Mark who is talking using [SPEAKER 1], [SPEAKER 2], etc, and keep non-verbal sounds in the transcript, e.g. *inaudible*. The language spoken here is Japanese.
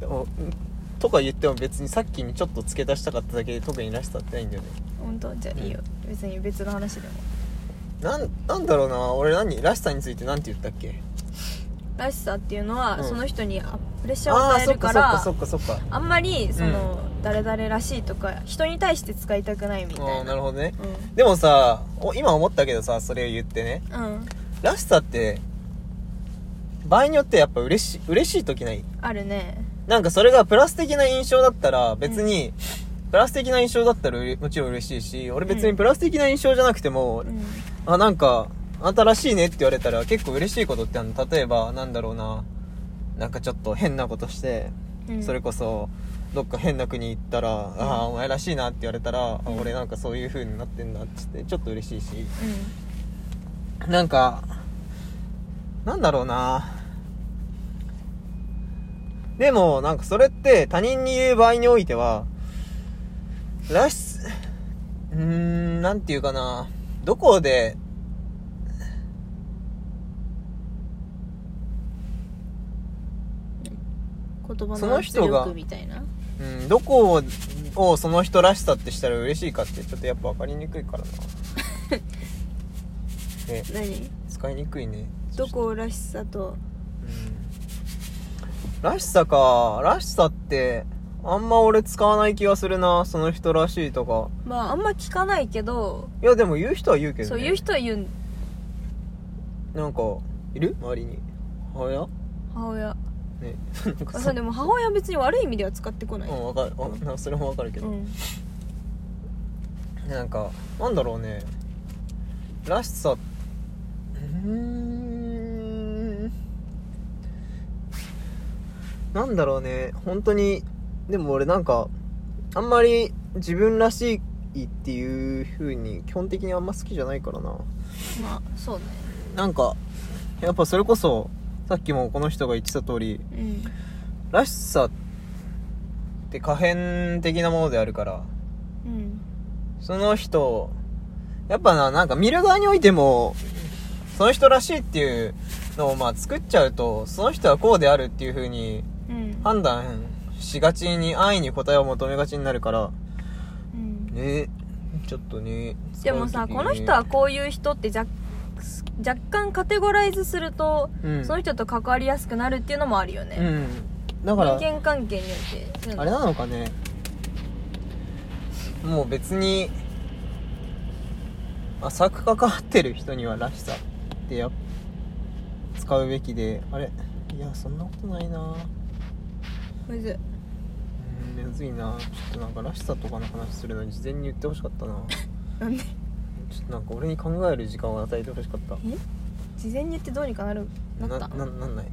[SPEAKER 1] のとか言っても別にさっきにちょっと付け足したかっただけで特にらしさってないんだよね
[SPEAKER 2] 本当じゃあいいよ、別に別の話でも
[SPEAKER 1] なんなんだろうな俺何らしさについて何て言ったっけ
[SPEAKER 2] らしさっていうのは、
[SPEAKER 1] うん
[SPEAKER 2] その人にあプレッシャーを
[SPEAKER 1] ああー
[SPEAKER 2] 与え
[SPEAKER 1] そっ
[SPEAKER 2] る
[SPEAKER 1] か
[SPEAKER 2] か
[SPEAKER 1] そっ
[SPEAKER 2] ら
[SPEAKER 1] かそっかそっか
[SPEAKER 2] あんまりその、誰々らしいとか人に対して使いたくないみた
[SPEAKER 1] あ
[SPEAKER 2] い
[SPEAKER 1] あ
[SPEAKER 2] な
[SPEAKER 1] なるほどね
[SPEAKER 2] うん
[SPEAKER 1] でもさお今思ったけどさそれを言ってね
[SPEAKER 2] うん、
[SPEAKER 1] らしさって場合によってやっぱ嬉しい嬉しい時ない
[SPEAKER 2] あるね
[SPEAKER 1] なんかそれがプラス的な印象だったら別に、プラス的な印象だったらうれもちろん嬉しいし俺別
[SPEAKER 2] う
[SPEAKER 1] に
[SPEAKER 2] ん
[SPEAKER 1] プラス的な印象じゃなくても、
[SPEAKER 2] うん
[SPEAKER 1] あなんか新しいねって言われたら結構嬉しいことってあるの例えばなんだろうななんかちょっと変なことして、
[SPEAKER 2] うん
[SPEAKER 1] それこそどっか変な国行ったら、ああお前らしいなって言われたら、あ
[SPEAKER 2] うん
[SPEAKER 1] 俺なんかそういう風になってんなっつってちょっと嬉しいし
[SPEAKER 2] う
[SPEAKER 1] なんかなんだろうなでもなんかそれって他人に言う場合においてはらしすうーんなんていうかなどこで
[SPEAKER 2] ん言葉
[SPEAKER 1] そ
[SPEAKER 2] の
[SPEAKER 1] の
[SPEAKER 2] 圧
[SPEAKER 1] 人が
[SPEAKER 2] 力みたいな
[SPEAKER 1] うん、どこををその人らしさってしたら嬉しいかってちょっとやっぱ分かりにくい *laughs* からなね
[SPEAKER 2] 何
[SPEAKER 1] 使いにくいね
[SPEAKER 2] どこらしさと
[SPEAKER 1] うんらしさからしさってあんま俺使わない気がするなその人らしいとか
[SPEAKER 2] まああんま聞かないけど
[SPEAKER 1] いやでも言う人は言うけど、ね、
[SPEAKER 2] そういう人は言うん
[SPEAKER 1] なんかいる周りに母親
[SPEAKER 2] 母親
[SPEAKER 1] ね *laughs* なんかそ
[SPEAKER 2] あそう
[SPEAKER 1] う
[SPEAKER 2] でも母親は別に悪い意味では使ってこない、
[SPEAKER 1] うんわかるあなそれもわかるけど、
[SPEAKER 2] うん
[SPEAKER 1] なんかなんだろうねらしさうーんなんだろうね本当にでも俺なんかあんまり自分らしいっていう風に基本的にあんま好きじゃないからな
[SPEAKER 2] まあそうね
[SPEAKER 1] なんかやっぱそれこそさっきもこの人が言ってた通り
[SPEAKER 2] うん
[SPEAKER 1] らしさって可変的なものであるから
[SPEAKER 2] うん
[SPEAKER 1] その人、やっぱな、なんか見る側においても、その人らしいっていうのをまあ作っちゃうと、その人はこうであるっていう風に
[SPEAKER 2] うん
[SPEAKER 1] 判断しがちに、安易に答えを求めがちになるから、
[SPEAKER 2] うん
[SPEAKER 1] ね、ちょっとね。
[SPEAKER 2] でも
[SPEAKER 1] 使
[SPEAKER 2] さ
[SPEAKER 1] う時に
[SPEAKER 2] この人は、こういう人って若若干カテゴライズすると、
[SPEAKER 1] うん、
[SPEAKER 2] その人と関わりやすくなるっていうのもあるよ
[SPEAKER 1] う
[SPEAKER 2] ね、
[SPEAKER 1] ん。だから、
[SPEAKER 2] 人間関係によってそういうの
[SPEAKER 1] あれなのかねもう別に浅く関わってる人にはらしさってやっ使うべきであれいやそんなことないな
[SPEAKER 2] むずい
[SPEAKER 1] うんむずいなちょっとなんからしさとかの話するのに事前に言ってほしかったな
[SPEAKER 2] *laughs* なんで
[SPEAKER 1] ちょっとなんか俺に考える時間を与えてほしかった
[SPEAKER 2] 事前に言ってどうにかなるなった
[SPEAKER 1] なななんない